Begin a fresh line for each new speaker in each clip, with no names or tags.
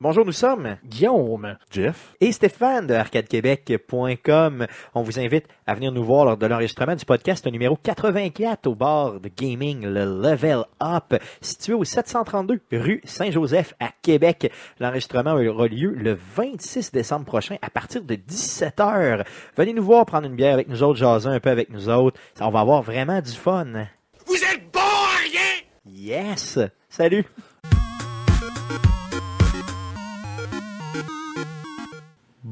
Bonjour, nous sommes Guillaume
Jeff,
et Stéphane de arcadequebec.com. On vous invite à venir nous voir lors de l'enregistrement du podcast numéro 84 au bar de gaming, le Level Up, situé au 732 rue Saint-Joseph à Québec. L'enregistrement aura lieu le 26 décembre prochain à partir de 17h. Venez nous voir, prendre une bière avec nous autres, jaser un peu avec nous autres. On va avoir vraiment du fun.
Vous êtes bon à rien!
Yes! Salut!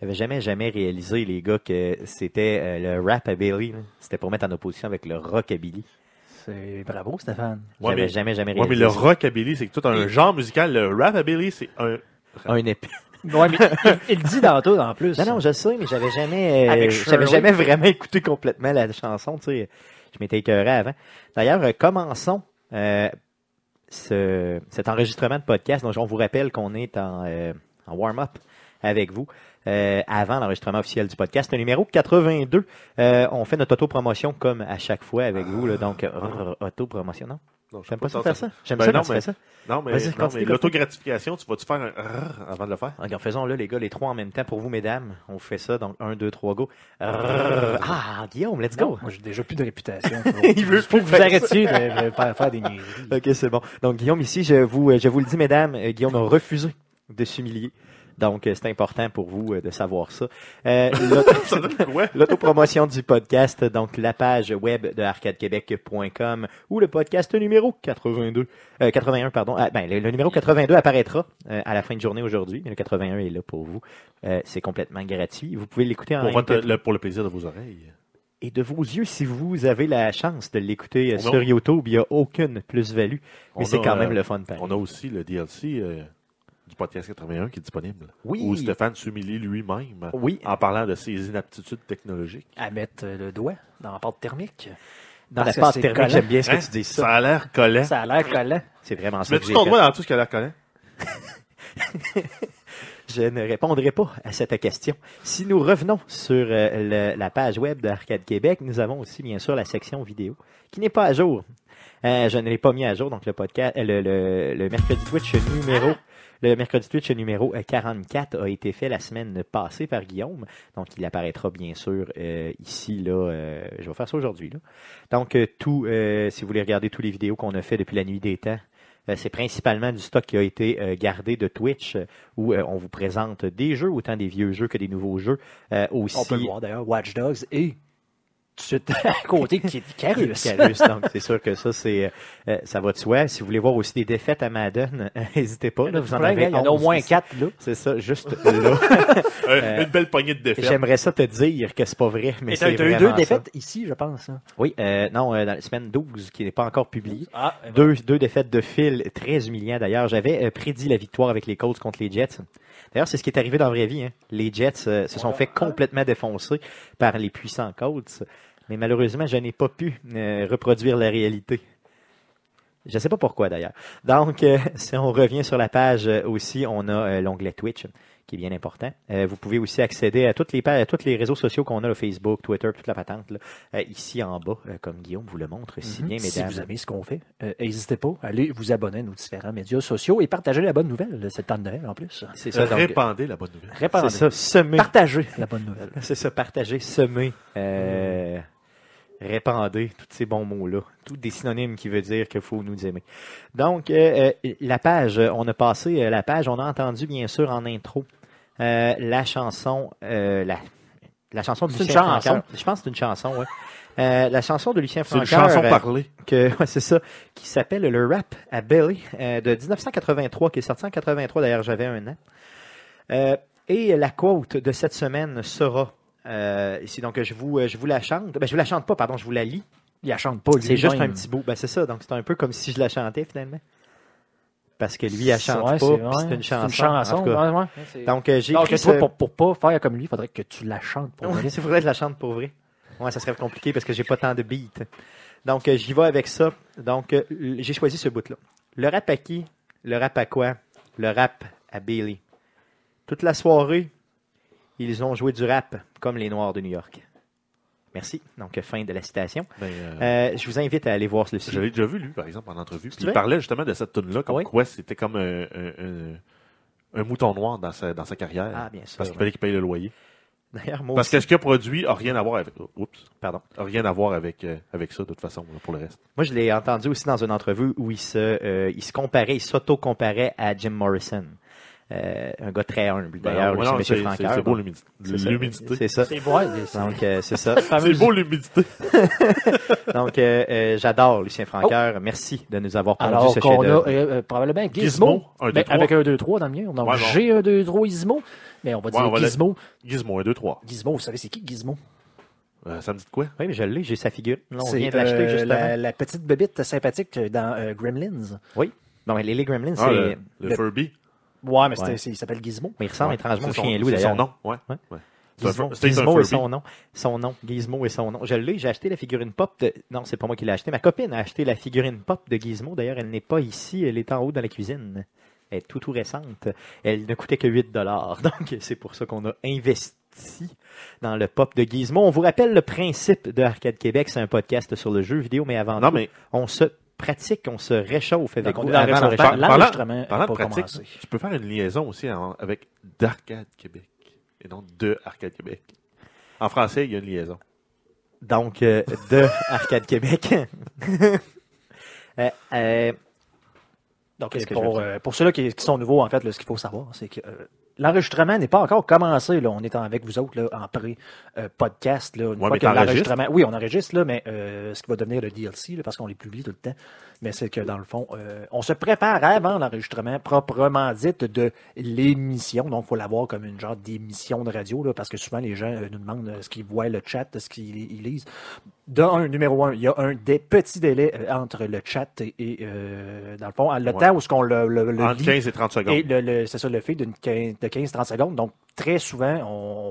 J'avais jamais, jamais réalisé, les gars, que c'était euh, le rap-a-billy. C'était pour mettre en opposition avec le rockabilly.
C'est bravo, Stéphane.
Ouais,
J'avais
mais-
jamais, jamais
ouais,
réalisé.
mais le
ça.
rockabilly, c'est tout un genre musical. Le rap-abilly, c'est un.
Un épée.
Ouais, mais il, il dit dans tout, en plus.
Non, non, je sais, mais j'avais jamais, euh,
Avec
j'avais
Shirley.
jamais vraiment écouté complètement la chanson, tu sais. Je m'étais écœuré avant. D'ailleurs, euh, commençons euh, ce- cet enregistrement de podcast. Donc, on vous rappelle qu'on est en, euh, en warm-up avec vous euh, avant l'enregistrement officiel du podcast. Le numéro 82, euh, on fait notre autopromotion comme à chaque fois avec vous. Là, donc, rrr, autopromotion, non?
Non, je sais
J'aime pas ça
tant
faire ça. J'aime
Ben
ça
non,
quand tu
mais-
fais ça.
Non, mais,
Vas-y,
non,
continue,
mais l'autogratification, tu vas-tu faire un rrr avant de le faire?
Regarde, faisons-le, les gars, les trois en même temps. Pour vous, mesdames, on fait ça. Donc, un, deux, trois, go. Rrrr. Ah, Guillaume, let's
Non,
go.
moi, j'ai déjà plus de réputation.
Il veut
faut que vous
faire
arrêtiez de, de faire faire des niaiseries.
OK, c'est bon. Donc, Guillaume, ici, je vous, euh, je vous le dis, mesdames, euh, Guillaume a refusé de s'humilier. Donc, euh, c'est important pour vous euh, de savoir ça. Euh, l'auto-
Ça donne quoi?
L'autopromotion du podcast, donc la page web de arcadequebec.com ou le podcast numéro 82, euh, 81, pardon. Ah, ben, le, le numéro 82 apparaîtra euh, à la fin de journée aujourd'hui, mais le 81 est là pour vous. Euh, c'est complètement gratuit. Vous pouvez l'écouter en
Pour, votre-
MP3
le, pour le plaisir de vos oreilles.
et de vos yeux si vous avez la chance de l'écouter euh,
Oh non.
sur YouTube. Il n'y a aucune plus-value,
On
mais c'est
a,
quand
euh,
même le fun pareil.
On a aussi le DLC euh, du podcast 81 qui est disponible.
Oui.
Où Stéphane s'humilie lui-même
Oui,
en parlant de ses inaptitudes technologiques.
À mettre le doigt dans la porte thermique.
dans
Parce
la
que
pâte
c'est
thermique,
collant.
j'aime bien ce
Hein?
que tu dis ça.
Ça a l'air
Hein?
collant.
Ça a l'air collant.
C'est vraiment ça. que
Mets-tu
j'ai
ton
fait.
doigt dans tout ce qui a l'air collant?
Je ne répondrai pas à cette question. Si nous revenons sur euh, le- la page web d'Arcade Québec, nous avons aussi bien sûr la section vidéo qui n'est pas à jour. Euh, je ne l'ai pas mis à jour, donc le podcast, euh, le, le- le mercredi Twitch numéro. Le mercredi Twitch numéro euh, 44 a été fait la semaine passée par Guillaume. Donc, il apparaîtra bien sûr euh, ici. Là, euh, je vais faire ça aujourd'hui. là. Donc, euh, tout, euh, si vous voulez regarder tous les vidéos qu'on a fait depuis la nuit des temps, euh, c'est principalement du stock qui a été euh, gardé de Twitch euh, où euh, on vous présente des jeux, autant des vieux jeux que des nouveaux jeux. Euh, aussi,
On peut le voir d'ailleurs, Watch Dogs et tout de suite à côté qui est Carus.
Icarus, donc c'est sûr que ça, c'est euh, ça va de soi. Si vous voulez voir aussi des défaites à Madden, euh, n'hésitez pas. Là, vous en avez
Il y en a au
11,
moins
c'est-
quatre là.
C'est ça, juste là.
Euh, Une belle poignée de défaites.
J'aimerais ça te dire que c'est pas vrai, mais
Et t'as
c'est
t'as eu
vraiment
deux
ça.
défaites ici, je pense. hein.
Oui, euh, non, euh, dans la semaine 12, qui n'est pas encore publiée.
Ah, et
Deux, deux défaites de fil, très humiliant d'ailleurs. J'avais euh, prédit la victoire avec les Colts contre les Jets. D'ailleurs, c'est ce qui est arrivé dans la vraie vie. hein. Les Jets euh, se sont fait complètement défoncer par les puissants Colts. Mais malheureusement, je n'ai pas pu euh, reproduire la réalité. Je ne sais pas pourquoi d'ailleurs. Donc, euh, si on revient sur la page euh, aussi, on a euh, l'onglet Twitch qui est bien important. Euh, vous pouvez aussi accéder à toutes les pages, à tous les réseaux sociaux qu'on a, le Facebook, Twitter, toute la patente, là, euh, ici en bas, euh, comme Guillaume vous le montre si bien,
Mhm. Si
mesdames.
vous aimez ce qu'on fait, euh, n'hésitez pas, allez vous abonner à nos différents médias sociaux et partagez la bonne nouvelle. C'est le temps de Noël en plus.
C'est ça,
Euh,
donc,
Répandez la bonne nouvelle.
Répandez.
C'est ça, semer.
Partagez la bonne nouvelle.
C'est ça, partager, semer, euh, répandez, tous ces bons mots-là. Tous des synonymes qui veut dire qu'il faut nous aimer. Donc, euh, euh, la page, euh, on a passé euh, la page, on a entendu bien sûr en intro euh, la chanson, euh, la, la chanson de
C'est une
Lucien
chanson.
Francaire. Je pense que c'est une chanson, oui. la chanson de Lucien
C'est une
Francaire.
chanson
euh,
parlée.
que ouais, c'est ça qui s'appelle le rap à Belly euh, de 1983 qui est sorti en 83 d'ailleurs j'avais un an Euh, et la quote de cette semaine sera Euh, ici, donc, je vous, euh, je vous la chante. Ben, je vous la chante pas, pardon, je vous la lis.
Il la chante pas, lui.
C'est juste un petit bout. Ben, c'est ça. Donc, c'est un peu comme si je la chantais, finalement. Parce que lui, il la chante pas,
Ouais, c'est-
puis c'est
ouais,
une chanson. en tout
chanson,
cas.
ouais, ouais. C'est-
Donc, euh, j'ai
Donc,
écrit
toi,
ce-
pour, pour pas faire comme lui, il faudrait que tu la chantes pour
Ouais,
vrai.
si faudrait que je la chante pour vrai. Ouais, ça serait compliqué parce que j'ai pas tant de beats. Donc, euh, j'y vais avec ça. Donc, euh, l- j'ai choisi ce bout-là. Le rap à qui Le rap à quoi Le rap à Bailey. Toute la soirée, ils ont joué du rap comme les Noirs de New York. Merci. Donc, euh, fin de la citation.
Ben, euh,
Euh, je vous invite à aller voir le
je
site.
l'ai déjà vu, lui, par exemple, en entrevue. Puis
vrai?
il parlait justement de cette tune là comme
Ah oui?
quoi c'était comme un, un- un- un mouton noir dans sa, dans sa carrière.
Ah, bien sûr.
parce qu'il
ouais.
fallait qu'il paye le loyer.
D'ailleurs, moi
Parce
aussi.
que ce qu'il a produit n'a rien à voir avec. Oups.
Pardon.
A rien à voir avec, euh, avec ça, de toute façon, là, pour le reste.
Moi, je l'ai entendu aussi dans une entrevue où il se, euh, il se comparait, il s'auto-comparait à Jim Morrison. Euh, un gars très humble, d'ailleurs,
Ben,
lui,
non,
c'est
c'est
M.
c'est-
Franqueur.
c'est beau
donc,
l'humidité.
c'est ça.
L'humidité.
C'est ça.
C'est vrai, c'est-
Donc, euh, c'est ça.
C'est beau l'humidité.
Donc, euh, euh, j'adore Lucien Franqueur. Merci de nous avoir conduit
Oh! Alors
ce
qu'on a
chef-d'œuvre.
euh, euh, probablement Gizmo,
Gizmo, un, deux,
ben,
trois.
avec un 2-3 dans le mien. Donc
Ouais, bon.
j'ai un 2-3 Gizmo, mais on va dire
on va le-
Gizmo.
Gizmo 1, 2, 3.
Gizmo, vous savez c'est qui Gizmo?
Euh, ça me dit de quoi?
Oui, mais je l'ai, j'ai sa figure. Là, on
C'est,
vient de l'acheter,
euh,
justement.
La, la petite bébite sympathique dans euh, Gremlins.
Non, mais les Gremlins,
Ah,
c'est-
le, le
le-
Furby.
Ouais, mais c'était-
Ouais.
c'est- il s'appelle Gizmo.
mais il ressemble
Ouais.
étrangement au
C'est son-
chien loup,
C'est son
d'ailleurs.
nom, ouais.
Ouais.
ouais. C'est un
Gizmo,
Fur- c'est un
Gizmo est
Furby.
son nom. Son nom. Gizmo est son nom. Je l'ai, j'ai acheté la figurine pop de. Non, c'est pas moi qui l'ai acheté. Ma copine a acheté la figurine pop de Gizmo. D'ailleurs, elle n'est pas ici. Elle est en haut dans la cuisine. Elle est tout, tout récente. Elle ne coûtait que 8 Donc, c'est pour ça qu'on a investi dans le pop de Gizmo. On vous rappelle le principe de Arcade Québec. C'est un podcast sur le jeu vidéo, mais avant
Non,
tout,
mais
on se pratique, on se réchauffe avec
Donc, on
vous
est dans le
avant
réchauffement.
l'enregistrement.
parlant-
L'enregistrement est
parlant
pas
de pratique,
commencé.
tu peux faire une liaison aussi en- avec d'Arcade Québec et non de Arcade Québec. En français, il y a une liaison.
donc euh, de Arcade Québec. Euh, euh,
Donc,
Qu'est-ce que je
pour,
veux
euh, pour ceux-là qui, qui sont nouveaux, en fait, là, ce qu'il faut savoir, c'est que euh, l'enregistrement n'est pas encore commencé. Là. On est en- avec vous autres là, en pré-podcast. là. Une
Ouais,
fois
mais
que
t'enregistres.
l'enregistrement- Oui, on enregistre, là, mais euh, ce qui va devenir le DLC, là, parce qu'on les publie tout le temps. Mais c'est que, dans le fond, euh, on se prépare avant l'enregistrement proprement dite de l'émission. Donc, il faut l'avoir comme une genre d'émission de radio, là, parce que souvent, les gens euh, nous demandent euh, ce qu'ils voient, le chat, ce qu'ils ils lisent. De un, numéro un, il y a un des petits délais euh, entre le chat et, et, euh, dans le fond, le
Ouais.
temps où ce qu'on le, le, le
Entre
lit
15 et 30 secondes.
et le, le- c'est ça le fait d'une 15 de 15-30 secondes. Donc, très souvent,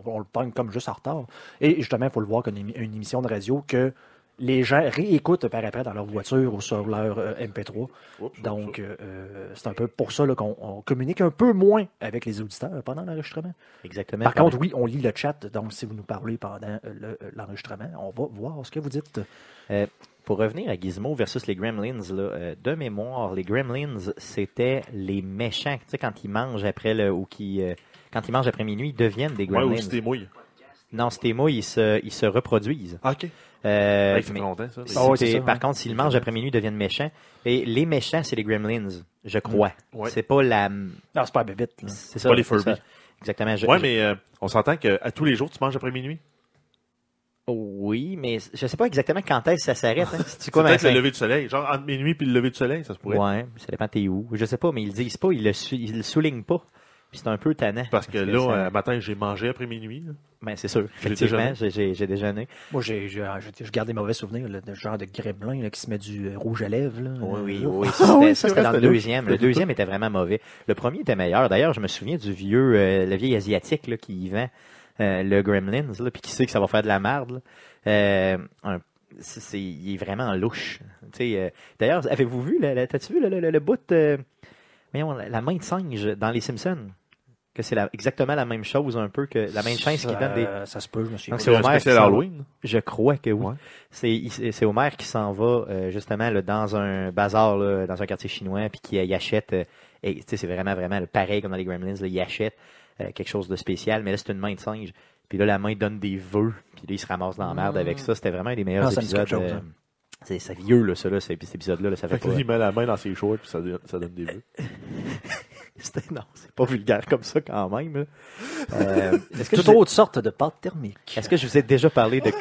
on, on le pogne comme juste en retard. Et justement, il faut le voir comme une, émi- une émission de radio que les gens réécoutent par après dans leur voiture ou sur leur euh, MP3.
Oups,
Donc,
oups,
euh, euh, c'est un peu pour ça là, qu'on on communique un peu moins avec les auditeurs pendant l'enregistrement.
exactement.
Par contre, oui, on lit le chat. Donc, si vous nous parlez pendant euh, le- euh, l'enregistrement, on va voir ce que vous dites.
Pour revenir à Gizmo versus les Gremlins, là, euh, de mémoire, les Gremlins, c'était les méchants. Tu sais, quand ils mangent après le. ou qui. euh, quand ils mangent après minuit, ils deviennent des
oups. Ouais,
Gremlins.
ou c'était mouille.
non, c'était moi, ils se, ils se reproduisent.
Ah, ok.
Euh,
Hey, ça fait
mais
longtemps, ça. les-
c'était-
Ah ouais, c'est ça,
par
ouais.
contre, s'ils mangent après minuit, ils deviennent méchants. Et les méchants, c'est les Gremlins, je crois.
Mm. Ouais.
C'est pas la.
Non, c'est pas bébite. là.
C'est
pas les
c'est
Furby.
Exactement. Je-
Ouais,
je-
mais euh, on s'entend qu'à tous les jours, tu manges après minuit.
Oui, mais je sais pas exactement quand est-ce que ça s'arrête. hein. C'est-tu quoi,
C'est peut-être
ma-
le lever du soleil. Genre entre minuit puis le lever du soleil, ça se pourrait.
Ouais, ça dépend t'es où. Je sais pas, mais ils le disent pas, ils le, su- ils le soulignent pas. Puis c'est un peu tannant.
Parce que
ça-
là, euh, matin, j'ai mangé après minuit. là.
ben, c'est sûr, effectivement, j'ai j'ai- j'ai déjeuné.
Moi, j'ai, j'ai, j'ai- je garde des mauvais souvenirs, là, de genre de gremlin là, qui se met du euh, rouge à lèvres. Là. Euh,
Ça,
Ah
c'était-
oui,
Ben, ça,
c'est
c'était
vrai,
dans le
c'était là.
deuxième. Le deuxième était vraiment mauvais. Le premier était meilleur. D'ailleurs, je me souviens du vieux, euh, le vieil asiatique là, qui y vend euh, le Gremlins, là, puis qui sait que ça va faire de la merde. là. Euh, un- c'est- c'est- il est vraiment louche. Tu sais, euh, D'ailleurs, avez-vous vu, le- le- t'as-tu vu le, le- le- le bout, euh, voyons, la, la main de singe dans Les Simpsons? Que c'est la- exactement la même chose un peu que la main de singe qui
ça-
donne des...
Euh, Ça se peut, je me suis
Donc,
C'est
C'est
un
Homer qui
spécial
s'en va.
Halloween.
Je crois que oui.
Ouais.
C'est il- C'est c'est Homer qui s'en va euh, justement là, dans un bazar, là, dans un quartier chinois, puis qui euh, il achète. euh, et tu sais, c'est vraiment, vraiment le pareil comme dans les Gremlins. Là, il achète euh, quelque chose de spécial, mais là, c'est une main de singe. Puis là, la main donne des vœux, puis là, il se ramasse dans la merde avec ça. C'était vraiment un des meilleurs
Ah, ça me dit
épisodes.
quelque chose,
euh,
hein.
c'est c'est vieux, là, ça, là, cet cet épisode-là. là, ça fait
Fait que
pas...
là, il met la main dans ses shorts puis ça, donne- ça donne des vœux.
C'était- Non, c'est pas vulgaire comme ça quand même. là. Euh, Est-ce que, je
Toute
vous ai-
autre sorte de pâte thermique.
est-ce que je vous ai déjà parlé de.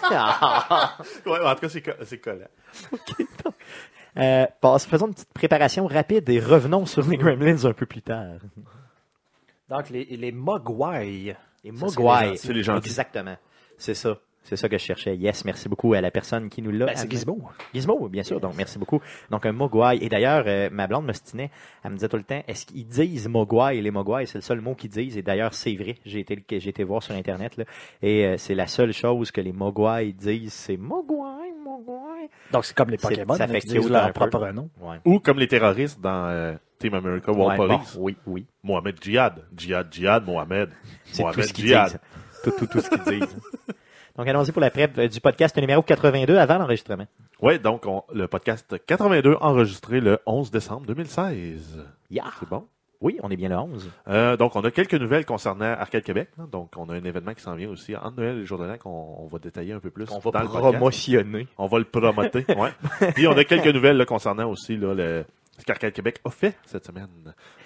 Ah,
Ouais, en tout cas, c'est co- c'est collant.
Euh, passe- faisons une petite préparation rapide et revenons sur les Gremlins un peu plus tard.
Donc, les, les mogwai.
Les
Ça, c'est les
Mogwai.
gentils.
C'est les gentils.
Exactement. C'est ça. C'est ça que je cherchais. Yes, merci beaucoup à la personne qui nous l'a.
Ben, c'est
amené.
Gizmo.
Gizmo, bien sûr. Donc, merci beaucoup. Donc, un Mogwai. Et d'ailleurs, euh, ma blonde me stinait. Elle me disait tout le temps, est-ce qu'ils disent Mogwai? Et les Mogwai, c'est le seul mot qu'ils disent. Et d'ailleurs, c'est vrai. J'ai été, j'ai été voir sur Internet, là. Et euh, c'est la seule chose que les Mogwai disent. C'est Mogwai, Mogwai.
Donc, c'est comme les
C'est-
Pokémon,
ça
là,
fait
qui
cute
disent leur
un peu.
propre nom.
Ouais.
Ou comme les terroristes dans euh, Team America World
Ouais,
Police.
bon, oui, oui.
Mohamed Djihad. Djihad, Djihad, Mohamed.
C'est tout
Mohamed
ce qu'ils disent.
Djihad.
Tout, tout, tout ce qu'ils disent. Donc, allons-y pour la prep euh, du podcast numéro 82 avant l'enregistrement.
Ouais, donc on- le podcast 82 enregistré le 11 décembre 2016.
Yeah.
C'est bon?
Oui, on est bien le 11.
Euh, donc, on a quelques nouvelles concernant Arcade Québec. hein. Donc, on a un événement qui s'en vient aussi entre Noël et le jour de l'an qu'on on va détailler un peu plus.
On va
dans le podcast.
promotionner.
On va le promoter. ouais. Puis, on a quelques nouvelles là, concernant aussi là, le, ce qu'Arcade Québec a fait cette semaine.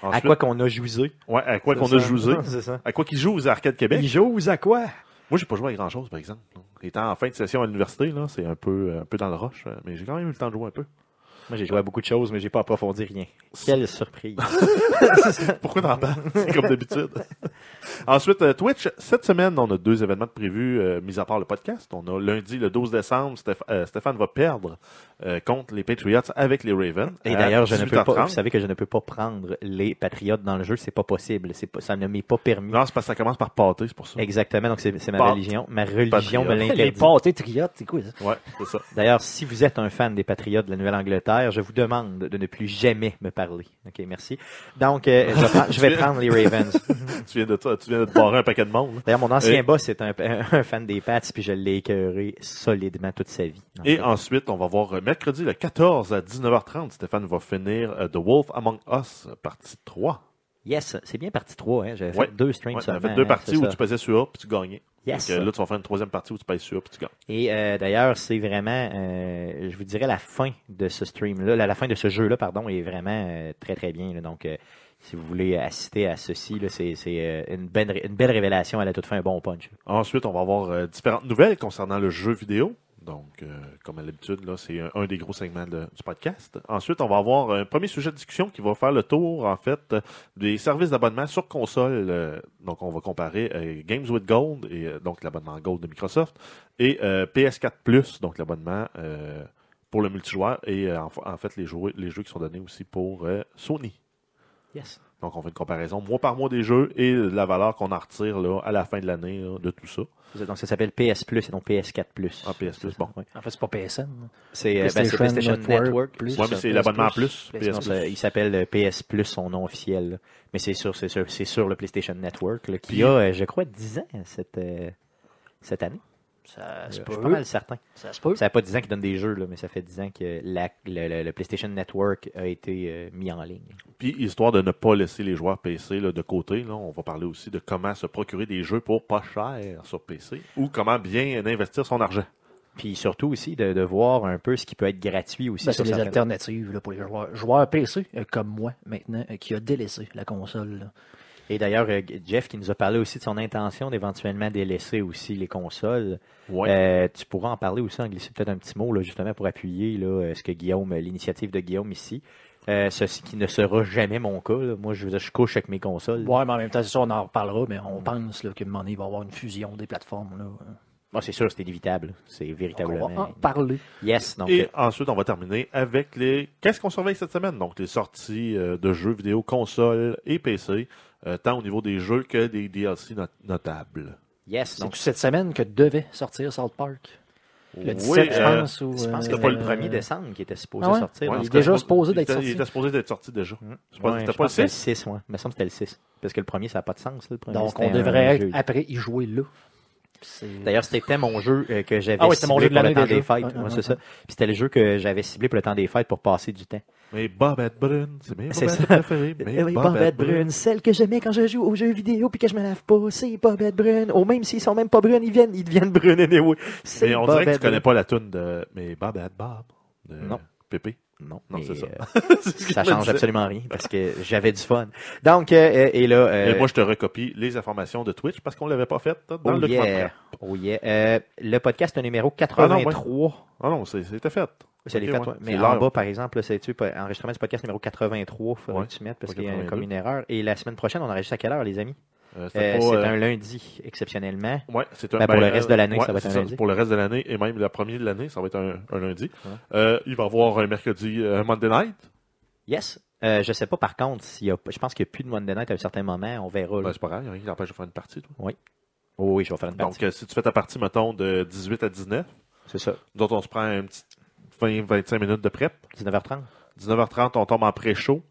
À
Ensuite-
quoi qu'on a joué.
ouais, à quoi qu'on a joué.
C'est ça.
À quoi qu'ils jouent aux Arcade Québec.
Ils jouent à quoi?
Moi, j'ai pas joué à grand chose, par exemple. Donc, Étant en fin de session à l'université, là, c'est un peu, un peu dans le rush, euh, mais j'ai quand même eu le temps de jouer un peu.
Moi, j'ai joué à beaucoup de choses, mais j'ai pas approfondi rien. Quelle surprise.
Pourquoi t'en parles? C'est comme d'habitude. Ensuite, euh, Twitch, cette semaine, on a deux événements de prévus, euh, mis à part le podcast. On a lundi, le 12 décembre, Stéph- euh, Stéphane va perdre euh, contre les Patriots avec les Ravens.
Et
à
d'ailleurs, je ne peux pas,
18h30.
vous savez que je ne peux pas prendre les patriotes dans le jeu, c'est pas possible. C'est pas, ça ne m'est pas permis.
Non, c'est parce que ça commence par pâter, c'est pour ça.
Exactement, donc c'est c'est ma
Pat-
religion. Ma religion me
Patriote.
Les
l'interdit.
pâtés triotes, c'est quoi ça?
Ouais, c'est ça.
D'ailleurs, si vous êtes un fan des Patriotes de la Nouvelle-Angleterre, je vous demande de ne plus jamais me parler. OK, merci. Donc, euh, je, prends- je vais prendre les Ravens.
tu viens de, ça- tu viens de te barrer un paquet de monde. là.
D'ailleurs, mon ancien
Et-
boss est un, un fan des Pats, puis je l'ai écœuré solidement toute sa vie. Donc,
Et
euh,
ensuite, on va voir euh, mercredi, le 14 à 19h30, Stéphane va finir euh, The Wolf Among Us, partie 3.
Yes, c'est bien partie 3. Hein. J'avais
Ouais.
fait deux streams
Ouais, on
seulement.
a fait deux
hein,
parties
c'est
où
ça.
tu pesais sur A puis tu gagnais.
Yes.
Donc, euh, là, tu vas faire une troisième partie où tu pèses sur A puis tu gagnes.
Et euh, d'ailleurs, c'est vraiment, euh, je vous dirais, la fin de ce stream-là, la, la fin de ce jeu-là, pardon, est vraiment euh, très, très bien. là. Donc, euh, si vous voulez assister à ceci, là, c'est c'est, euh, une, belle, ré- une belle révélation. Elle a toute fait un bon punch.
Ensuite, on va avoir euh, différentes nouvelles concernant le jeu vidéo. Donc, euh, comme à l'habitude, là, c'est un, un des gros segments de- du podcast. Ensuite, on va avoir un premier sujet de discussion qui va faire le tour, en fait, euh, des services d'abonnement sur console. Euh, donc, on va comparer euh, Games with Gold, et, euh, donc l'abonnement Gold de Microsoft, et euh, PS4 Plus, donc l'abonnement euh, pour le multijoueur, et euh, en, fa- en fait, les, jouets- les jeux qui sont donnés aussi pour euh, Sony.
Yes.
Donc, on fait une comparaison mois par mois des jeux et de la valeur qu'on en retire là, à la fin de l'année là, de tout ça.
Donc, ça s'appelle PS Plus et non PS4 Plus.
Ah, PS+,
C'est ça,
bon.
ouais.
En fait, c'est pas PSN.
C'est euh, ben, c'est PlayStation, Network.
plus.
Ouais, mais c'est
PS+,
l'abonnement plus.
Mais sinon,
PS+.
ça- il s'appelle euh, PS Plus, son nom officiel. là. Mais c'est sûr, c'est sûr, c'est sur le PlayStation Network, là, qui
Puis-
a, euh, je crois, 10 ans cette, euh, cette année.
Ça
Euh,
se
je suis
peut.
pas mal certain.
Ça se peut.
Ça fait pas 10 ans qu'ils donnent des jeux, là, mais ça fait 10 ans que la- le, le- le PlayStation Network a été euh, mis en ligne.
Puis, histoire de ne pas laisser les joueurs PC là, de côté, là, on va parler aussi de comment se procurer des jeux pour pas cher sur PC ou comment bien investir son argent.
Puis surtout aussi de, de voir un peu ce qui peut être gratuit aussi.
Ben, c'est
sur
les
certaines-
alternatives là, pour les joueurs, joueurs PC euh, comme moi maintenant euh, qui a délaissé la console. là.
Et d'ailleurs, euh, Jeff qui nous a parlé aussi de son intention d'éventuellement délaisser aussi les consoles.
Ouais.
Euh, tu pourras en parler aussi, en glisser peut-être un petit mot, là, justement, pour appuyer là, euh, ce que Guillaume, euh, l'initiative de Guillaume ici. Euh, ceci qui ne sera jamais mon cas. là. Moi, je, veux dire, je couche avec mes consoles.
Ouais, mais en même temps, c'est ça, on en reparlera, mais on pense là, qu'à un moment donné, il va y avoir une fusion des plateformes. Là.
Moi, c'est sûr, c'est inévitable. C'est
Donc, on va en
véritablement.
parler.
Yes, donc. euh,
Et ensuite, on va terminer avec les. Qu'est-ce qu'on surveille cette semaine? Donc, les sorties euh, de jeux vidéo, consoles et PC, euh, tant au niveau des jeux que des DLC not- notables.
Yes, donc.
C'est cette semaine que devait sortir South Park. Le 17, je
euh,
pense. Ou,
Je pense
euh,
que pas le 1er décembre qui était supposé
Ah ouais?
sortir.
ouais,
dans
il
ce
est
cas-là.
déjà
je pense-
supposé
il
d'être
était-
sorti.
Il était supposé d'être sorti déjà. Je pense
Mm. Ouais,
c'était
je
pas le
pense que le
6?
6, ouais. Il me semble que c'était le 6. Parce que le premier, ça n'a pas de sens. là, le premier,
Donc,
c'était
on
un
devrait
jeu.
être après y jouer là. C'est-
D'ailleurs, c'était mon jeu euh, que j'avais
Mm. Ah oui, c'était
ciblé
mon jeu de
pour le
l'année
temps
déjà.
des fêtes.
Ouais,
Ouais,
ouais,
c'est
ouais.
ça. Puis c'était le jeu que j'avais ciblé pour le temps des fêtes pour passer du temps.
Mais Bobette Brune, c'est mes
C'est
Bobettes
ça.
préférées.
Eh
Mes
oui,
Bobettes
Bobette
ben,
brune, celle que j'aimais quand je joue aux jeux vidéo puis que je me lave pas, c'est Bobette brune. Ou même s'ils sont même pas brunes, ils viennent, ils deviennent brunes anyway. C'est
Mais on dirait que tu
Bobette
connais
Brune.
pas la tune de Mais Bob at Bob de
Non.
Pépé.
Non,
Non,
mais,
c'est ça.
euh,
C'est ce que
ça
je me
change
disais.
absolument rien parce que j'avais du fun. Donc, euh, et là, euh,
Et moi, je te recopie les informations de Twitch parce qu'on l'avait pas fait dans
oh
le document de
yeah,
presse.
oh yeah. Euh, le podcast numéro
Ah non, ouais.
83.
Ah non, c'est- c'était fait.
Ça les
Ok,
fait,
ouais.
ouais.
C'est
Mais
l'heure.
en bas, par exemple, là, c'est tu sais, enregistrement du podcast numéro 83, faudrait
Ouais.
que tu mettes parce
Pas
qu'il y a
82.
comme une erreur. Et la semaine prochaine, on enregistre à quelle heure, les amis
Euh,
Euh,
c'était pas,
c'est
euh,
un lundi, exceptionnellement.
Ouais, c'est un.
Ben, pour le
euh,
reste de l'année,
ouais,
ça va être
c'est
un lundi.
Pour le reste de l'année et même le premier de l'année, ça va être un, un lundi.
Ouais.
Euh, il va y avoir un mercredi euh, Monday Night.
Yes. Euh, je sais pas, par contre, s'il y a, je pense qu'il n'y a plus de Monday Night à un certain moment. On verra. là.
Ben, c'est pas grave, il y a rien qui t'empêche de faire une partie. toi.
Oh oui, je vais faire une partie.
Donc, euh, si tu fais ta partie, mettons, de 18 à 19,
c'est ça.
nous autres, on se prend un petit 20-25 minutes de prep.
19h30.
19h30, on tombe en pré-show.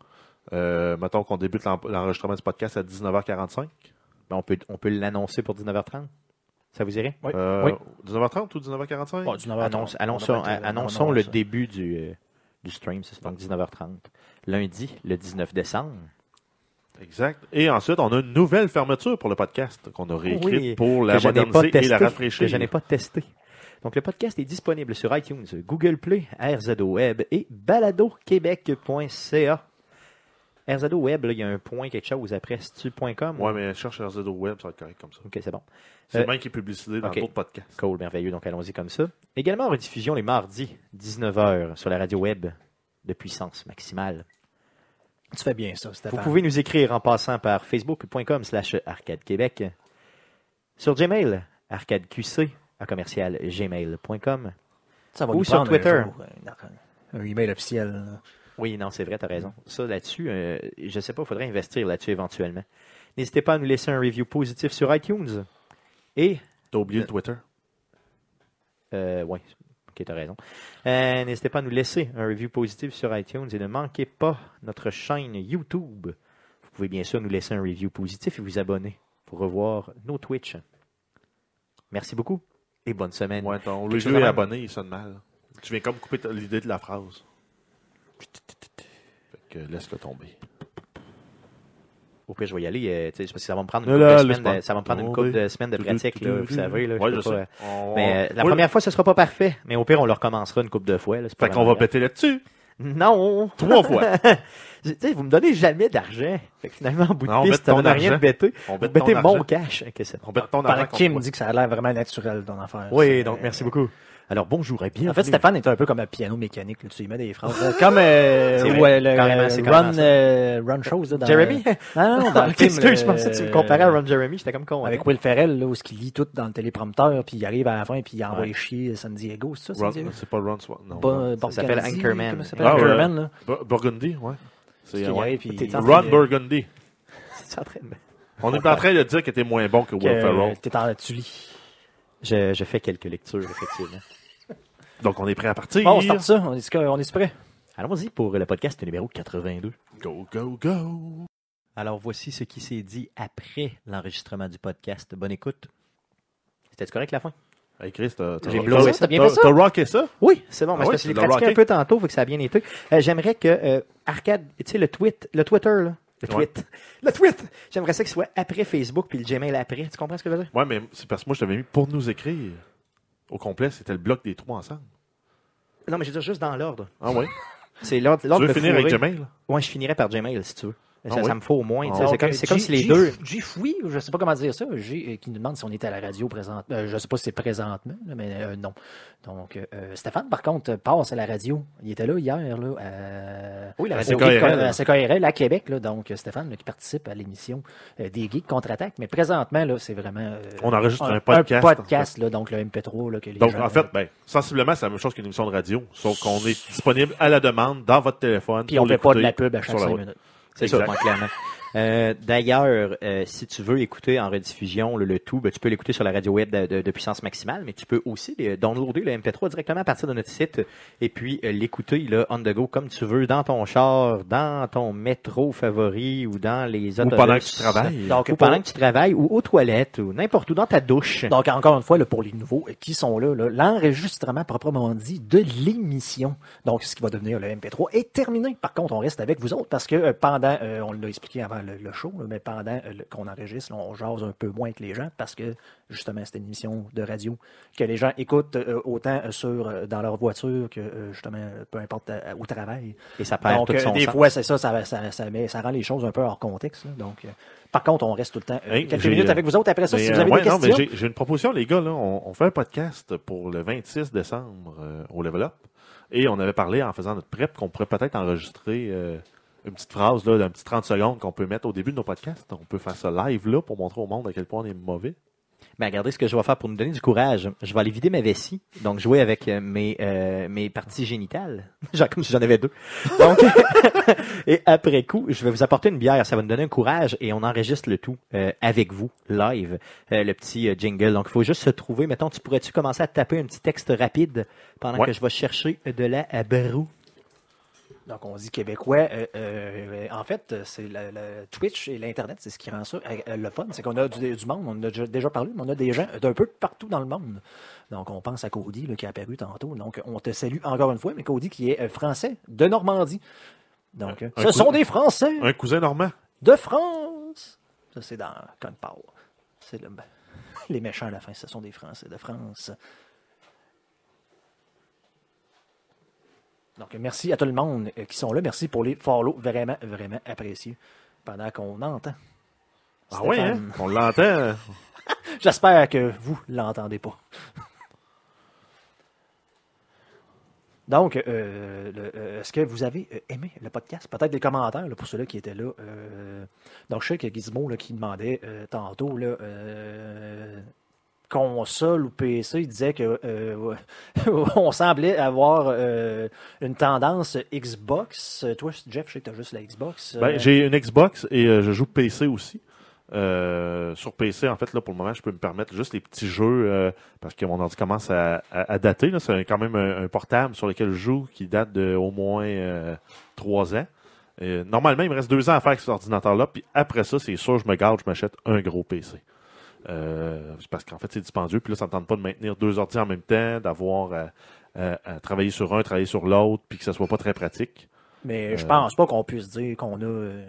Euh, mettons qu'on débute l'en- l'enregistrement du podcast à 19h45.
Ben, on peut, on peut l'annoncer pour 19h30. Ça vous irait?
Oui.
Euh,
oui.
19h30 ou 19h45?
Bon, 19h30,
Annonce-
on
annonçons
devrait
euh,
être-
annonçons
on
le
annonce.
début du, euh, du stream, c'est donc 19h30. Lundi, le 19 décembre.
Exact. Et ensuite, on a une nouvelle fermeture pour le podcast qu'on a réécrite
Oui,
pour la
que je n'ai pas
moderniser et
testé.
la
que
rafraîchir.
je n'ai pas testé. Donc, le podcast est disponible sur iTunes, Google Play, RZO Web et baladoquebec.ca. RZO Web, là, il y a un point quelque chose après, stu.com.
Ouais, mais cherche RZO Web, ça va être correct comme ça.
Ok, c'est bon.
C'est
Euh,
le même qui est publicité dans
ok.
d'autres podcasts.
Cool, merveilleux. Donc, allons-y comme ça. Également, en rediffusion les mardis, 19h, sur la radio web de puissance maximale.
Tu fais bien ça, Stéphane.
Vous pouvez nous écrire en passant par facebook.com slash arcade québec. Sur Gmail, arcadeqc à commercial gmail.com.
Ça va
Ou
nous
sur
prendre
Twitter.
Un, jour, euh, un- un email officiel. là.
Oui, non, c'est vrai, t'as raison. Ça, là-dessus, euh, je sais pas, il faudrait investir là-dessus éventuellement. N'hésitez pas à nous laisser un review positif sur iTunes. Et,
T'as oublié le Twitter?
euh, ouais, ok, t'as raison. Euh, N'hésitez pas à nous laisser un review positif sur iTunes et ne manquez pas notre chaîne YouTube. Vous pouvez bien sûr nous laisser un review positif et vous abonner pour revoir nos Twitch. Merci beaucoup et bonne semaine.
Ouais, ton
Quelque chose
review
de
et
même.
abonné, il sonne mal. Tu viens comme couper ta- l'idée de la phrase. Fait que laisse-le tomber.
Au pire, je vais y aller. euh, tu sais, c'est parce que ça va me prendre une couple
Là, là,
de
laisse
semaines de-
pas.
ça va me prendre une
Oh,
couple
oui.
de semaines de pratique, là, vous savez. Là,
Ouais,
peux
je
pas, euh,
sais. On-
Mais euh, la
Oui,
première fois, ce sera pas parfait. Mais au pire, on le recommencera une couple de fois. là, c'est pas
Fait qu'on va
vraiment grave.
péter là-dessus.
Non!
Trois fois.
Tu sais, vous me donnez jamais d'argent. Fait que finalement, en bout de
Non, on
piste,
bête
ça
ton
n'a rien de
argent.
bêté.
On
Vous
bête ton
mettez
argent.
mon cash. Ok, c'est-
On bête ton
Pendant
argent.
que Kim
contre
dit que ça a l'air vraiment naturel, ton affaire.
Oui,
C'est-
donc merci beaucoup. Alors, bonjour et bienvenue.
En fait, Stéphane est un peu comme un piano mécanique. là, tu y mets des phrases. là, comme euh,
C'est
ou,
vrai.
euh, le
Carrément, c'est
euh,
carrément
Run,
ça.
euh, Run Shows. Là, dans,
Jeremy?
Non, non, non, dans le
Ok,
film,
excuse, je
euh,
pensais que tu me comparais à Ron Jeremy. J'étais comme con. hein.
Avec Will Ferrell, là, où ce qu'il lit tout dans le téléprompteur, puis il arrive à la fin, puis il envoie
Ouais.
chier San Diego, c'est ça, San
Ron-
Diego?
C'est pas Ron Swan. Non.
Pas,
Ron-
euh,
Ça s'appelle
Borgandi,
Anchorman.
comment ça s'appelle?
Ah, ouais.
Anchorman, là.
Bur- Burgundy, ouais. C'est
euh, Qui
ouais.
arrive, puis-
T'es en train
Ron
de-
Burgundy.
C'est en train de-
On est en train de dire qu'il était moins bon que
que,
Will Ferrell.
t'es en- tu lis.
Je, je fais quelques lectures, effectivement.
Donc on est prêt à partir.
Bon, on start ça. On est, on est prêt?
Allons-y pour le podcast numéro 82.
Go, go, go.
Alors, voici ce qui s'est dit après l'enregistrement du podcast. Bonne écoute. C'était correct la fin?
Hey Chris, t'as t'as
J'ai
rocké
blowé
ça?
ça, t'as bien
T'as-
fait ça?
T'as rocké ça?
Oui, c'est bon, mais
Ah
c'est parce
oui,
que je
tu
l'ai
l'as
pratiqué un
rocké.
peu tantôt, faut que ça a bien été. Euh, j'aimerais que euh, Arcade, tu sais, le tweet, le Twitter, là, le
Ouais.
tweet, le tweet, j'aimerais ça qu'il soit après Facebook puis le Gmail après. Tu comprends ce que je veux dire?
Ouais, mais c'est parce que moi je t'avais mis pour nous écrire. Au complet, c'était le bloc des trois ensemble.
Non, mais je veux dire juste dans l'ordre.
Ah ouais?
C'est l'ordre,
Tu
l'ordre de
veux finir
fourrer.
avec Gmail?
Ouais, je finirais par Gmail si tu veux. Ça,
Ah oui?
ça me faut au moins. tu sais,
Ah,
c'est,
Donc,
comme,
euh,
c'est comme
G-
si les
G-
deux.
Jeff, oui, je sais pas comment dire ça. G, euh, qui nous demande si on est à la radio présent. euh, je sais pas si c'est présentement, là, mais euh, non. Donc, euh, Stéphane, par contre, euh, passe à la radio. Il était là hier, là. euh, à-
Oui, la
au
radio
Geek-
CKRL.
à CKRL à Québec, là. Donc, euh, Stéphane, là, qui participe à l'émission euh, des Geeks contre-attaque. Mais présentement, là, c'est vraiment. euh,
On enregistre un podcast,
Un podcast, là. Donc, le MP3, là, que les
Donc
gens- euh,
en fait, ben, sensiblement, c'est la même chose qu'une émission de radio, sauf qu'on est disponible à la demande dans votre téléphone.
Puis on
pour
fait pas de
l'écouter
la pub à
sur
chaque
la
cinq
route.
minutes.
C'est
Exact.
ça, moi, clairement. Euh, d'ailleurs, euh, si tu veux écouter en rediffusion le, le tout, ben, tu peux l'écouter sur la radio web de, de- de puissance maximale, mais tu peux aussi euh, downloader le MP3 directement à partir de notre site et puis euh, l'écouter là, on the go comme tu veux, dans ton char, dans ton métro favori ou dans les
Ou
autobus.
euh,
pendant que tu travailles.
Donc,
Ou
pour-
pendant que tu travailles, ou aux toilettes, ou n'importe où, dans ta douche.
Donc, encore une fois, là, pour les nouveaux euh, qui sont là, là, l'enregistrement proprement dit de l'émission, donc ce qui va devenir le MP3, est terminé. Par contre, on reste avec vous autres parce que euh, pendant, euh, on l'a expliqué avant le, le show, là, mais pendant euh, le- qu'on enregistre, là, on jase un peu moins avec les gens parce que justement, c'est une émission de radio que les gens écoutent euh, autant euh, sur, euh, dans leur voiture que euh, justement, euh, peu importe, euh, au travail.
Et ça perd
donc,
tout
euh,
son
des
sens.
fois, c'est ça ça, ça, ça met- ça rend les choses un peu hors contexte. là. donc, euh, par contre, on reste tout le temps euh,
Hey,
quelques
j'ai,
minutes
euh,
avec vous autres. Après ça,
Mais,
si vous
euh,
avez
ouais,
des
non,
questions.
mais j'ai- j'ai une proposition, les gars. Là. On, on fait un podcast pour le 26 décembre euh, au Level Up. Et on avait parlé en faisant notre prep qu'on pourrait peut-être enregistrer euh, une petite phrase, là, d'un petit 30 secondes qu'on peut mettre au début de nos podcasts. On peut faire ça live, là, pour montrer au monde à quel point on est mauvais.
Ben, regardez ce que je vais faire pour nous donner du courage. Je vais aller vider ma vessie, donc jouer avec euh, mes, euh, mes parties génitales. Genre comme si j'en avais deux. Donc, et après coup, je vais vous apporter une bière. Ça va nous donner un courage et on enregistre le tout euh, avec vous, live, euh, le petit euh, jingle. Donc, il faut juste se trouver. Mettons, tu pourrais-tu commencer à taper un petit texte rapide pendant
Ouais.
que je vais chercher euh, de la à brou?
Donc, on dit québécois. euh, euh, en fait, c'est le, le Twitch et l'Internet, c'est ce qui rend ça euh, le fun. C'est qu'on a du, du monde, on en a déjà- déjà parlé, mais on a des gens d'un peu partout dans le monde. Donc, on pense à Cody, là, qui est apparu tantôt. Donc, on te salue encore une fois, mais Cody qui est euh, français de Normandie. Donc, euh,
un
ce
coup-
sont des Français
Un cousin normand.
de France. Ça, c'est dans Code Power. C'est le- ben, les méchants à la fin, ce sont des Français de France. Donc, merci à tout le monde euh, qui sont là. Merci pour les follow. Vraiment, vraiment appréciés pendant qu'on entend.
Ah oui, hein?
Stéphane,
On l'entend.
J'espère que vous l'entendez pas. Donc, euh, le- euh, est-ce que vous avez euh, aimé le podcast? Peut-être des commentaires là, pour ceux-là qui étaient là. euh, donc, je sais qu'il y a Gizmo là, qui demandait euh, tantôt là, euh, console ou PC, il disait que euh, on semblait avoir euh, une tendance Xbox. Toi, Jeff, je sais que tu as juste la Xbox.
Ben,
euh,
j'ai une Xbox et euh, je joue PC aussi. Euh, sur PC, en fait, là, pour le moment, je peux me permettre juste les petits jeux euh, parce que mon ordi commence à, à- à dater. là. C'est quand même un, un portable sur lequel je joue qui date de au moins euh, trois ans. Euh, normalement, il me reste deux ans à faire avec cet ordinateur-là, puis après ça, c'est sûr, je me garde, je m'achète un gros PC. Euh, c'est parce qu'en fait, c'est dispendieux, puis là, ça me tente pas de maintenir deux ordi en même temps, d'avoir à, à- à travailler sur un, travailler sur l'autre, puis que ça soit pas très pratique.
mais je
euh,
pense pas qu'on puisse dire qu'on a. euh,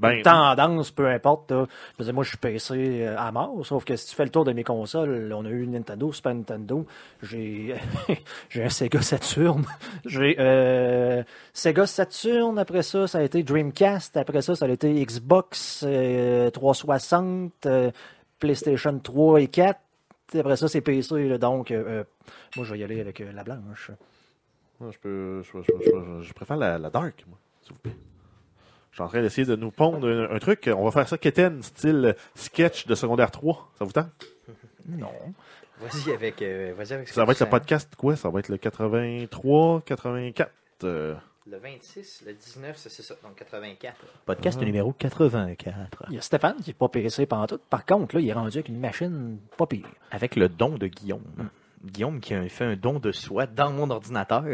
Ben,
Une tendance, peu importe. là. Je veux dire, moi, je suis PC euh, à mort, sauf que si tu fais le tour de mes consoles, on a eu Nintendo, Super Nintendo, j'ai j'ai un Sega Saturn, j'ai euh, Sega Saturn, après ça, ça a été Dreamcast, après ça, ça a été Xbox euh, 360, euh, PlayStation 3 et 4, après ça, c'est PC, là. donc euh, euh, moi, je vais y aller avec euh, la blanche.
Non, je, peux, je, je- je- je- je préfère la, la dark, moi, s'il vous plaît. Je suis en train d'essayer de nous pondre un, un truc. On va faire ça, Keten, style sketch de secondaire 3. Ça vous tente?
Non.
Vas-y avec, vas avec
Ça va être le podcast, quoi? Ça va être le 83, 84. euh,
Le 26, le 19, c'est ça, donc 84. Podcast
Ah.
numéro 84.
Il y a Stéphane qui est pas PC pendant tout. Par contre, là, il est rendu avec une machine pas pire.
avec le don de Guillaume.
Mm.
Guillaume qui a fait un don de soi dans mon ordinateur.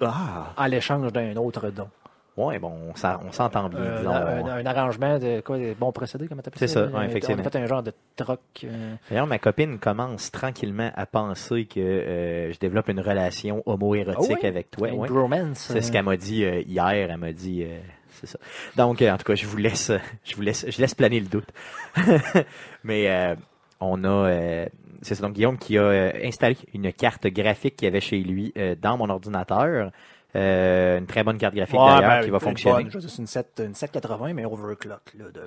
Ah!
à l'échange d'un autre don.
Ouais, bon, on s'en- on s'entend bien,
Euh,
disons.
un, un arrangement de quoi de Bon procédé, comment t'appelles ça?
C'est ça, ouais,
Euh,
effectivement.
On a fait un genre de troc. euh,
D'ailleurs, ma copine commence tranquillement à penser que euh, je développe une relation homoérotique
Ah ouais?
avec toi.
une
ouais.
bromance, euh,
C'est ce qu'elle m'a dit euh, hier. Elle m'a dit, euh, c'est ça. Donc, euh, en tout cas, je vous laisse, euh, je vous laisse, je laisse planer le doute. Mais euh, on a, euh, c'est ça, donc Guillaume qui a euh, installé une carte graphique qu'il y avait chez lui euh, dans mon ordinateur. Euh, une très bonne carte graphique
ouais,
d'ailleurs
ben,
qui va
une
fonctionner.
bonne, je veux dire, c'est une, 7, une 780, mais overclock. Là, de,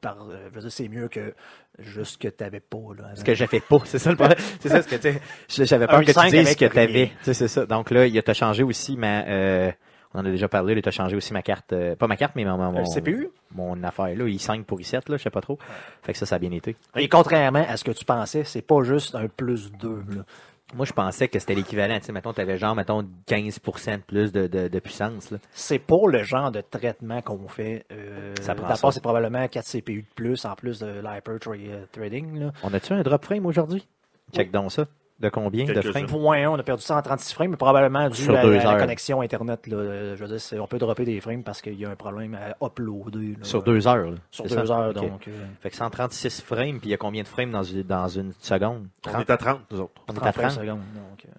par, euh, je veux dire, c'est mieux que juste que t'avais pas. Là, avant.
Ce que j'avais pas, c'est ça le problème. C'est ça, ce que tu sais, je- J'avais peur
Un
que tu
cinq
dises
avec
que
rien.
t'avais. Tu sais, C'est ça. Donc là, il a t'as changé aussi ma. euh, on en a déjà parlé, il t'a changé aussi ma carte. euh, pas ma carte, mais mon, mon,
Le CPU.
mon affaire là, i5 pour i7 là, je sais pas trop. Fait que ça ça a bien été.
Et contrairement à ce que tu pensais, c'est pas juste un plus 2.
Mm-hmm.
Là.
Moi je pensais que c'était l'équivalent, tu sais mettons tu avais genre mettons 15% de plus de, de, de puissance là.
C'est pour le genre de traitement qu'on fait. Euh,
Ça prend
D'abord,
ça.
c'est probablement 4 CPU de plus, en plus de l'hyper tra- trading. Là.
On a-tu un drop frame aujourd'hui Check donc ça. De combien de
Quelques-uns.
frames
Point, on a perdu 136 frames, mais probablement dû
Sur
à,
deux
à la
heures.
connexion Internet. Là, Euh, je veux dire, c'est- on peut dropper des frames parce qu'il y a un problème à uploader. là.
sur deux heures là,
Sur
c'est
deux
ça?
heures,
Ok.
donc. euh,
Fait que 136 frames puis il y a combien de frames dans une, dans une seconde
On est à 30, nous autres.
On est
30
à
frames
30.
secondes, donc, euh,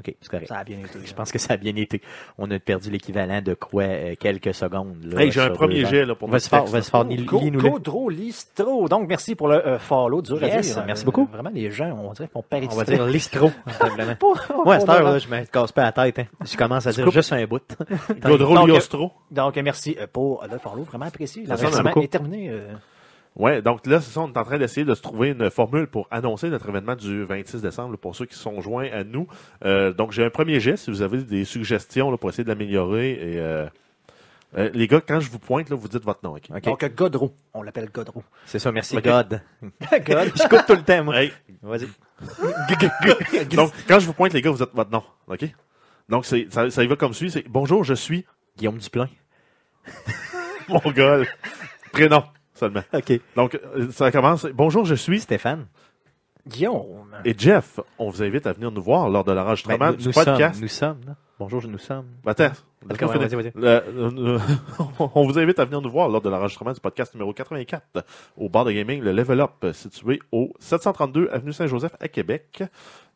OK, c'est correct.
ça a bien été.
Je
là.
pense que ça a bien été. On a perdu l'équivalent de quoi euh, quelques secondes là,
Hey, j'ai un
sur
premier
deux heures.
jet là, pour
Vas-y
notre
fort,
texte.
vas-y fort,
Oh,
lis-
Go-
lis-nous-le.
Godreau Listro. Donc, merci pour le euh, follow. Dur à
Yes,
dire.
merci
Euh,
beaucoup.
Vraiment, les gens, on dirait qu'on parie
On va dire Listro, simplement. Moi, à cette heure, euh, là, je me casse pas la tête. Hein. Je commence à dire
coupes.
juste un bout.
Godreau
Donc, euh,
Liostro.
Donc, euh, merci euh, pour le follow. Vraiment apprécié.
Ça sonne
L'enregistrement
beaucoup.
est terminé. euh,
Ouais, donc là, c'est ça, on est en train d'essayer de se trouver une formule pour annoncer notre événement du 26 décembre là, pour ceux qui sont joints à nous. Euh, donc, j'ai un premier geste. Si vous avez des suggestions là, pour essayer de l'améliorer et euh, Euh, les gars, quand je vous pointe, là, vous dites votre nom. ok?
OK.
Donc, Godreau, on l'appelle Godreau.
c'est ça, merci
OK.
God.
God.
Je coupe tout le temps, moi.
Hey,
Vas-y.
donc, quand je vous pointe, les gars, vous dites votre nom. OK? Donc, c'est- ça, ça y va comme suit. C'est Bonjour, je suis
Guillaume Duplain.
Mongol. Prénom seulement.
OK.
Donc, euh, ça commence. Bonjour, je suis.
Stéphane.
Guillaume.
Et Jeff, on vous invite à venir nous voir lors de
Ben,
l'enregistrement
nous,
du
nous
podcast.
sommes. Nous sommes. là. Bonjour, je- nous sommes.
Attends,
D'accord,
laisse-moi
ouais, vas-y,
finir. Le- le- le- Euh, on vous invite à venir nous voir lors de l'enregistrement du podcast numéro 84 au bar de gaming Le Level Up, situé au 732 Avenue Saint-Joseph à Québec.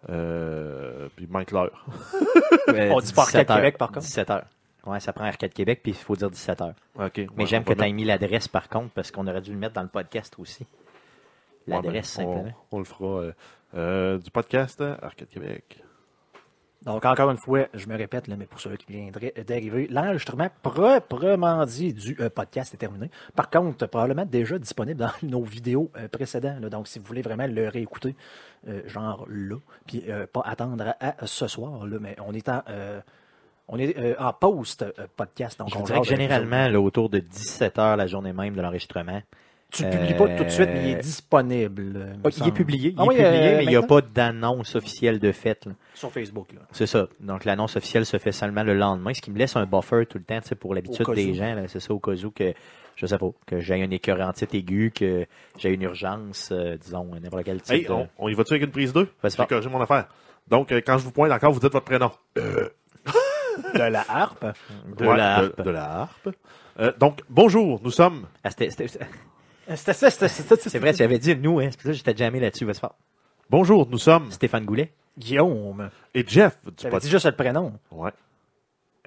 Euh, puis manque l'heure.
Euh,
On dit pas
17
Arcade
heures.
Québec, par contre.
17 h Ouais, ça prend Arcade Québec, puis il faut dire 17 h
Ok,
Mais
ouais,
j'aime
on
que
va
tu aies
mettre-
mis l'adresse, par contre, parce qu'on aurait dû le mettre dans le podcast aussi.
ouais,
L'adresse,
ben, on-
simplement.
On, le fera euh, euh, du podcast euh, Arcade Québec.
Donc, encore une fois, je me répète, là, mais pour ceux qui viendraient euh, d'arriver, l'enregistrement proprement dit du euh, podcast est terminé. Par contre, probablement déjà disponible dans nos vidéos euh, précédentes. là. donc, si vous voulez vraiment le réécouter, euh, genre là, puis euh, pas attendre à, à ce soir, là, mais on est en, euh, on est, euh, en post-podcast. donc
Je
on
vous dirais que
jase avec
généralement, là, autour de 17 h la journée même de l'enregistrement,
vous autres. Tu publies pas tout de suite, mais il est disponible. euh,
euh, Ah,
me
Oh, il est
semble.
publié, il
Ah
est
oui,
publié
euh,
mais il n'y a
maintenant?
pas d'annonce officielle de fait. là.
Sur Facebook, là.
C'est ça. Donc, l'annonce officielle se fait seulement le lendemain, ce qui me laisse un buffer tout le temps, tu sais, pour l'habitude
Au cas
des
où.
gens. là. C'est ça, au cas où que, je sais pas, que j'ai une écœurantite aiguë, que j'ai une urgence, euh, disons, n'importe quel type.
Hey,
de-
on, on y va-tu avec une prise 2?
Vas-y,
J'ai
fort.
corrigé mon affaire. Donc, euh, quand je vous pointe encore, vous dites votre prénom.
De la harpe.
de
Ouais,
la
De, de la harpe. Euh, donc, bonjour, nous sommes.
Ah, c'était- c'était-
C'était ça, c'était ça, c'était ça.
C'est vrai, tu avais dit nous, hein. C'est pour ça que j'étais jamais là-dessus, vas-y fort.
Bonjour, nous sommes.
Stéphane Goulet.
Guillaume.
Et Jeff
Tu
du
avais dit
podcast.
juste le prénom.
Ouais.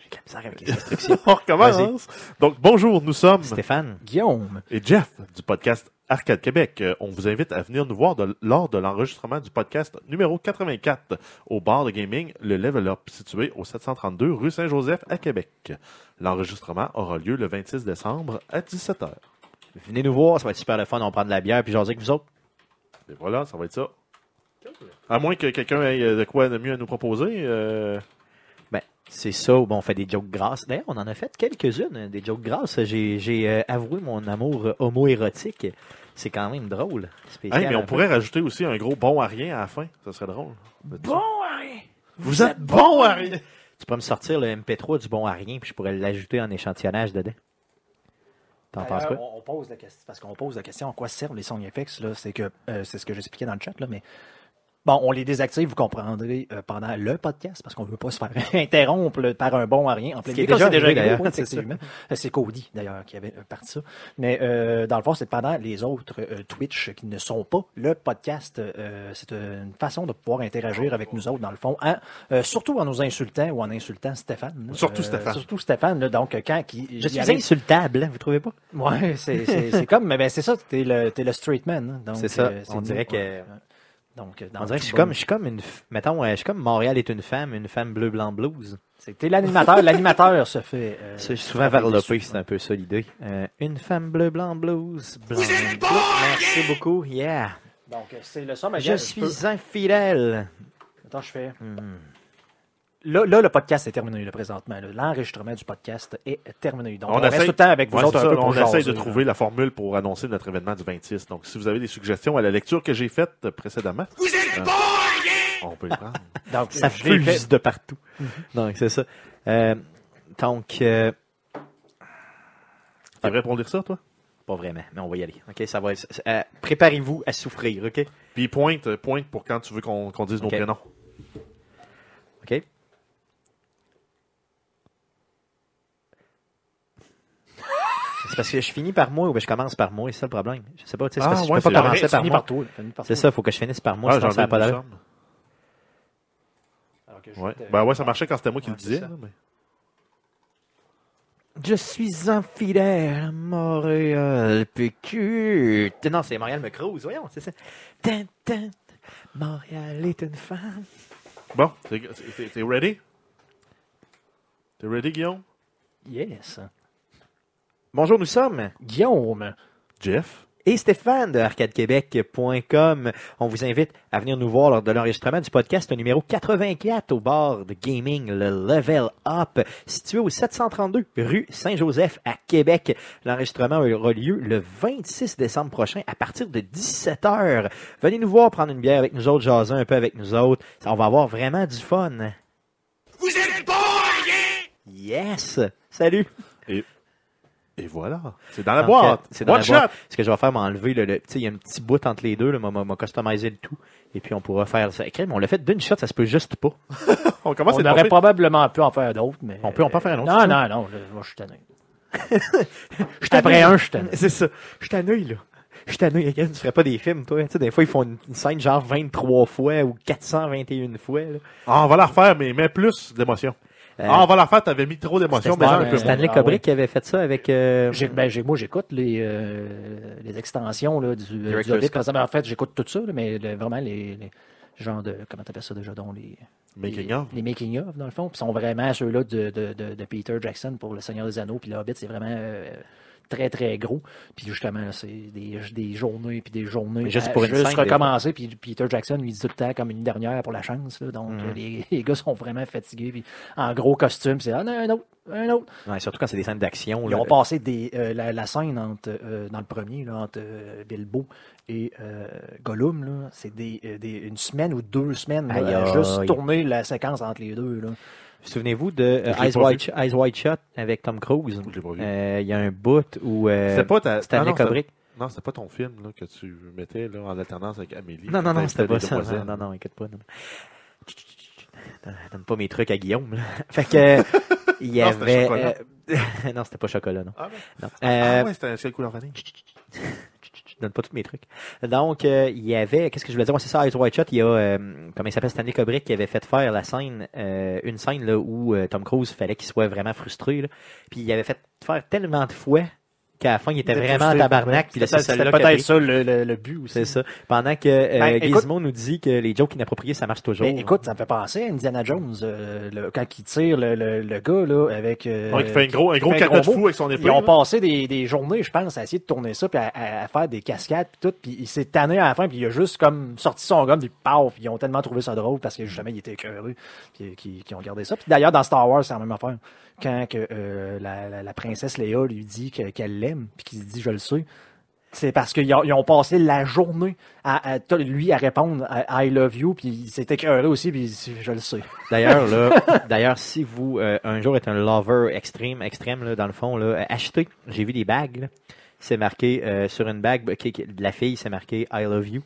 J'ai de la misère avec les instructions.
On recommence. hein? Donc, bonjour, nous sommes.
Stéphane,
Guillaume.
Et Jeff du podcast Arcade Québec. Euh, on vous invite à venir nous voir de- lors de l'enregistrement du podcast numéro 84 au bar de gaming Le Level Up, situé au 732 rue Saint-Joseph à Québec. L'enregistrement aura lieu le 26 décembre à 17h.
venez nous voir, ça va être super le fun, on prend de la bière, puis jaser avec vous autres.
Et voilà, ça va être ça. À moins que quelqu'un ait euh, de quoi de mieux à nous proposer. euh,
Ben, c'est ça, où, bon, on fait des jokes grasses. D'ailleurs, on en a fait quelques-unes, hein, des jokes grasses. J'ai, j'ai, euh, avoué mon amour euh, homo-érotique. C'est quand même drôle. Spécial,
hey, hein, mais
un
on
peu.
pourrait rajouter aussi un gros bon à rien à la fin. Ça serait drôle.
Bon, hein?
Vous êtes bon à rien!
Tu pourrais me sortir le MP3 du bon à rien, puis je pourrais l'ajouter en échantillonnage dedans. T'en penses
D'ailleurs,
quoi?
on, on pose la question, parce qu'on pose la question en quoi servent les sound effects, là, c'est que euh, c'est ce que j'expliquais dans le chat, là, mais bon, on les désactive, vous comprendrez euh, pendant le podcast, parce qu'on ne veut pas se faire interrompre là, par un bon à rien en plein
Ce qui est
milieu, comme
déjà
c'est déjà
arrivé,
arrivé
d'ailleurs.
au point de sexuellement. Euh, C'est Cody d'ailleurs qui avait euh, parti ça. Mais euh, dans le fond, c'est pendant les autres euh, Twitch qui ne sont pas le podcast. euh, c'est une façon de pouvoir interagir avec nous autres, dans le fond, en- euh, surtout en nous insultant ou en insultant Stéphane. là.
Surtout
Euh,
Stéphane.
Surtout Stéphane, là, donc euh, quand qui
Je suis insultable, hein, vous trouvez pas?
Ouais, c'est- c'est c'est comme, mais ben c'est ça, t'es le, t'es le straight man. hein, donc,
C'est ça, on
nous,
dirait que-
ouais. euh, Donc, euh, dans
On dirait que je suis
le-
comme, je suis comme une, f- mettons, euh, je suis comme Montréal est une femme, une femme bleu, blanc, blues.
C'est- T'es l'animateur, l'animateur se fait. euh,
C'est souvent
se fait
varlopé,
déçu.
c'est un peu ça l'idée. Euh, une femme bleu, blanc, blues. Blanc,
Vous êtes
bleu.
bon,
Merci
yeah!
beaucoup, yeah.
Donc, euh, c'est le son, mais
Je
regarde, peux-
suis Hmm. infidèle.
Attends, je fais. Là, là, le podcast est terminé, là, présentement. là. L'enregistrement du podcast est terminé. Donc, on, reste
essaye-
tout le temps avec vous
Ouais,
autres
c'est ça,
un peu pour
On
jaser,
essaye de
là.
hein.
trouver la formule pour annoncer notre événement du 26. Donc, si vous avez des suggestions à la lecture que j'ai faite euh, précédemment, euh,
Vous êtes bons à rien!
on peut les prendre.
Donc,
Ça
je l'ai
fuse
fait.
de partout. Donc, c'est ça. Euh, donc, euh,
T'es prêt pour lire ça, toi?
pas vraiment, mais on va y aller. OK, ça va être- euh, préparez-vous à souffrir, OK?
Puis pointe, euh, pointe pour quand tu veux qu'on qu'on dise
Ok.
nos prénoms.
OK? C'est parce que je finis par moi ou ben je commence par moi, c'est ça le problème. Je sais pas, tu sais, c'est
Ah,
parce que je
ouais,
peux
c'est
pas
vrai,
commencer
Tu
par
finis
moi.
par toi, tu finis par
C'est
toi.
ça, faut que je finisse par moi,
Ah,
sinon
j'en
ça
ai
n'a pas
nous
d'allure.
sommes.
Alors que je-
Ouais. Ben ouais, ça marchait quand c'était moi qui
Ouais,
le
c'est
disais.
ça.
là, mais-
Je suis infidèle à Montréal, PQ. Non, c'est Montréal me crouse, voyons, c'est ça. Tin, tin, Montréal est une femme.
Bon, t'es- t'es t'es ready? T'es ready, Guillaume?
Yes.
Bonjour, nous sommes
Guillaume.
Jeff?
et Stéphane de arcadequebec.com. On vous invite à venir nous voir lors de l'enregistrement du podcast numéro 84 au bar de gaming, le Level Up, situé au 732 rue Saint-Joseph à Québec. L'enregistrement aura lieu le 26 décembre prochain à partir de 17h. Venez nous voir prendre une bière avec nous autres, jaser un peu avec nous autres. On va avoir vraiment du fun.
Vous êtes bon à rien!
Yes! Salut!
Et voilà. C'est dans la
Donc,
boîte.
euh, C'est dans
One
la
shot.
boîte. Ce que je vais faire, m'enlever le, le- tu sais, il y a un petit bout entre les deux, là, m'a- m'a m'a customisé le tout. Et puis on pourra faire ça. Crème, on l'a fait d'une shot, ça se peut juste pas.
On commence
on
à
aurait
tomber-
probablement pu en faire d'autres, mais. euh,
On peut en faire un autre,
Non,
si
non, non, là, moi, je suis tanné. Après un, je suis tanné.
C'est ça. Je suis tanné, là. Je suis tanné. Regarde, Tu ferais pas des films, toi. Tu sais, des fois, ils font une, une scène genre 23 fois ou 421 fois, là.
Ah, on va la refaire, mais, mais plus d'émotion.
Euh,
ah, on va la refaire, t'avais mis trop
C'était
d'émotion, mais un
Stan-
peu moins.
Stanley
Ah,
Kubrick
ouais.
qui avait fait ça avec, euh,
J'ai- ben, j'ai- moi, j'écoute les, euh, les extensions là, du, euh, du
Director's
Hobbit. par exemple. en fait, j'écoute tout ça, là, mais le- vraiment les, les genres de. Comment t'appelles ça déjà donc, les,
Making
les,
of.
les making of, dans le fond. Puis sont vraiment ceux-là de, de, de, de Peter Jackson pour Le Seigneur des Anneaux. Puis le Hobbit, c'est vraiment. euh, très très gros puis justement là, c'est des, des journées puis des journées
Juste
à
pour une scène, des
recommencer puis Peter Jackson lui dit tout le temps comme une dernière pour la chance là. donc
Mhm.
euh, les, les gars sont vraiment fatigués puis en gros costume puis c'est ah, non, un autre un autre
Ouais, surtout quand c'est des scènes d'action,
ils
là.
ont passé des, euh, la, la scène entre, euh, dans le premier, là, entre euh, Bilbo et euh, Gollum. là. C'est des, euh, des- une semaine ou deux semaines là,
Aïe,
à
aïe.
juste tourner la séquence entre les deux. Là.
Souvenez-vous de euh,
Je l'ai
Eyes,
pas
Wide, Eyes Wide Shut avec Tom Cruise.
Je l'ai pas vu.
Euh, Il y a un bout où, euh,
C'était pas ta...
Stanley
ah, non, c'était-
Kubrick.
Non, c'était pas ton film là, que tu mettais là, en alternance avec Amélie.
Non, non, non,
Peut-être
c'était
que
pas
les
ça.
demoiselles.
Non, non, non, inquiète pas. non. Donne- Donne pas mes trucs à Guillaume. là. Fait que, euh, il y
Non, c'était
avait.
chocolat.
euh, non, c'était pas chocolat, non.
Ah, ben.
Non.
Ah
Euh,
ouais, c'était un ciel couleur vanille.
je donne pas tous mes trucs. Donc, euh, il y avait, qu'est-ce que je voulais dire? Ouais, c'est ça, Eyes Wide Shut, il y a, euh, comment il s'appelle, Stanley Kubrick qui avait fait faire la scène, euh, une scène là, où euh, Tom Cruise fallait qu'il soit vraiment frustré. là. Puis il avait fait faire tellement de fois qu'à la fin, il était
C'était
vraiment en
frustré.
tabarnak. Puis là, c'est
C'était
celle-là
c'était
qui a
peut-être
pris.
ça le, le- le but aussi.
C'est ça. Pendant que euh,
Ben, écoute-
Gizmo nous dit que les jokes inappropriés, ça marche toujours. hein.
Mais écoute, ça me fait penser à Indiana Jones, euh, le- quand il tire le, le- le gars là, avec... euh,
Ouais, qui fait un gros, un gros
fait un
caca de
gros
fou avec son épée.
Ils ont
là.
passé des, des journées, je pense, à essayer de tourner ça, puis à, à- à faire des cascades, puis tout. Puis il s'est tanné à la fin, puis il a juste comme sorti son gomme, puis paf, puis ils ont tellement trouvé ça drôle parce que justement, il était écœureux, puis qui, ont gardé ça. Puis d'ailleurs, dans Star Wars, c'est la même affaire. Quand que, euh, la, la- la princesse Léa lui dit que- qu'elle l'aime, puis qu'il dit je le sais. C'est parce qu'ils ont, ils ont passé la journée à, à t- lui à répondre à, I love you, puis il s'est écœuré aussi, puis il dit, je le sais.
D'ailleurs, là, d'ailleurs, si vous euh, un jour êtes un lover extrême, extrême là, dans le fond, là, euh, achetez. J'ai vu des bagues. là. C'est marqué euh, sur une bague bah, qui- qui- de la fille, c'est marqué I love you.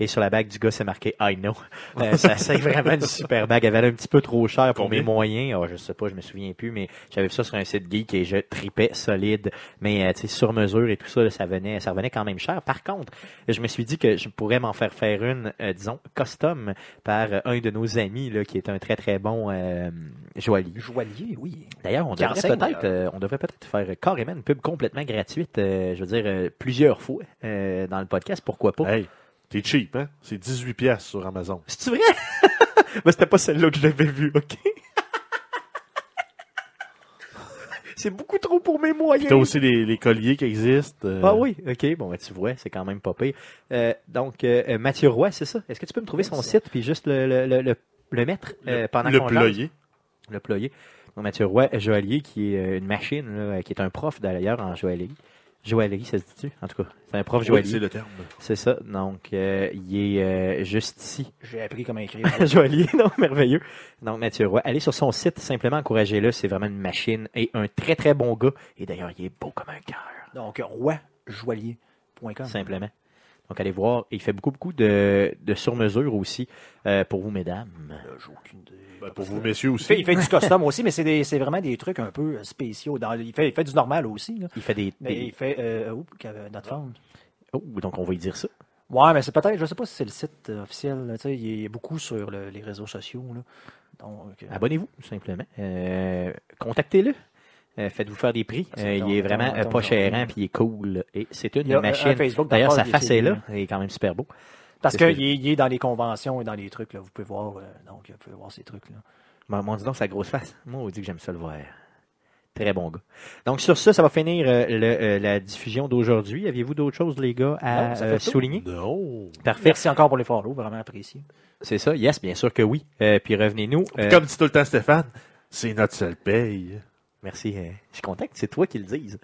Et sur la bague du gars, c'est marqué I know. Euh, ça, c'est vraiment une super bague. Elle valait un petit peu trop cher pour
Combien?
mes moyens. Oh, je sais pas, je me souviens plus, mais j'avais vu ça sur un site geek et je tripais solide. Mais euh, tu sais, sur mesure et tout ça, là, ça venait, ça revenait quand même cher. Par contre, je me suis dit que je pourrais m'en faire faire une, euh, disons, custom par euh, un de nos amis là, qui est un très très bon euh, joaillier.
Joaillier, oui.
D'ailleurs, on
Qui
devrait
enseigne,
peut-être, euh, on devrait peut-être faire euh, carrément une pub complètement gratuite, euh, je veux dire euh, plusieurs fois euh, dans le podcast. Pourquoi pas
Hey, t'es cheap, hein? C'est 18 pièces sur Amazon.
C'est vrai Mais c'était pas celle-là que j'avais vue, ok C'est beaucoup trop pour mes moyens.
T'as aussi les, les colliers qui existent. euh,
Ah oui, ok, bon, ben, tu vois, c'est quand même pas pire. Euh, donc, euh, euh, Mathieu Roy, c'est ça. Est-ce que tu peux me trouver son site puis juste le, le, le, le- le mettre euh, pendant
le
qu'on jase?
ployer.
Le ployer. Donc, Mathieu Roy, joaillier, qui est euh, une machine, là, qui est un prof d'ailleurs en joaillerie. Joaillerie, ça se dit-tu? En tout cas, c'est un prof
Oui,
joaillier.
c'est le terme.
C'est ça. Donc, euh, il est euh, juste ici.
J'ai appris comment écrire.
Joaillier, non, merveilleux. Donc, Mathieu Roy, allez sur son site, simplement encouragez-le. C'est vraiment une machine et un très, très bon gars. Et d'ailleurs, il est beau comme un cœur,
Donc, roijoaillier.com.
simplement. Donc, allez voir. Il fait beaucoup, beaucoup de, de sur-mesure aussi euh, pour vous, mesdames.
Là, j'ai aucune idée.
Ben, pour vous, messieurs
Il fait,
aussi.
il fait du custom aussi, mais c'est des- c'est vraiment des trucs un peu euh, spéciaux. Dans, il, fait, il fait du normal aussi. là.
Il fait des...
Mais
des-
il fait. Euh, oups, qu'il y avait notre phone.
Oh, donc, on va y dire ça.
Ouais, mais c'est peut-être. Je sais pas si c'est le site euh, officiel. là, tu sais, il est beaucoup sur le- les réseaux sociaux. là. Donc, euh,
Abonnez-vous, tout simplement. Euh, Contactez-le. Euh, Faites-vous faire des prix.
C'est
Euh,
ton-
il est vraiment
ton-
euh,
ton
pas
genre.
chérant, puis il est cool. Et c'est une
il y a un- un
machine.
Facebook,
D'ailleurs,
par
sa
contre,
face
il-
est là. Il est quand même super beau.
Parce
C'est-
qu'il est, il est dans les conventions et dans les trucs. Là, vous pouvez voir. euh, donc, vous pouvez voir ces trucs-là.
Mon, mon dis donc, sa grosse face. Moi, on dit que j'aime ça le voir. Très bon gars. Donc, sur ça, ça va finir euh, le, euh, la diffusion d'aujourd'hui. Aviez-vous d'autres choses, les gars, à
Non, ça fait
euh,
tout.
souligner?
Non.
Parfait.
Merci encore pour les follow, vraiment apprécié.
C'est ça. Yes, bien sûr que oui. Euh, puis revenez-nous. euh,
Comme dit tout le temps Stéphane, c'est notre seule paye.
Merci. euh, je suis content que c'est toi qui le dise.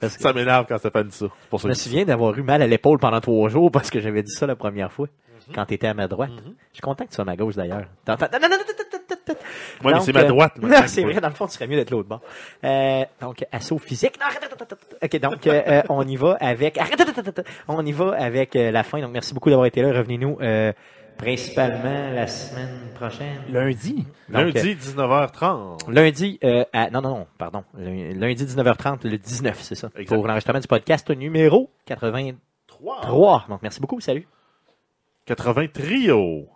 Parce que
Ça m'énerve quand Stéphane dit ça. C'est Pour
je
ça
me
que-
souviens d'avoir eu mal à l'épaule pendant trois jours parce que j'avais dit ça la première fois
Mhm.
quand t'étais à ma droite. Je suis content que tu sois à ma gauche d'ailleurs. T'entends- Non, non, non, non, non, non, non, non.
Ouais, mais
Donc,
c'est ma
euh,
droite.
Non,
maintenant.
c'est vrai. Dans le fond, tu serais mieux d'être l'autre bord. Euh, donc, assaut physique. Non, arrête, arrête, arrête, arrête. OK, donc, euh, euh, on y va avec... arrête, arrête, arrête, arrête. On y va avec euh, la fin. Donc, merci beaucoup d'avoir été là. Revenez-nous euh, principalement la semaine prochaine.
Lundi,
Donc, euh,
Lundi, 19h30.
Lundi, euh, à- non, non, non, pardon. Lundi lundi 19h30, le 19, c'est ça.
Exact.
Pour l'enregistrement du podcast numéro 83.
3.
Donc, merci beaucoup. Salut.
80 trio.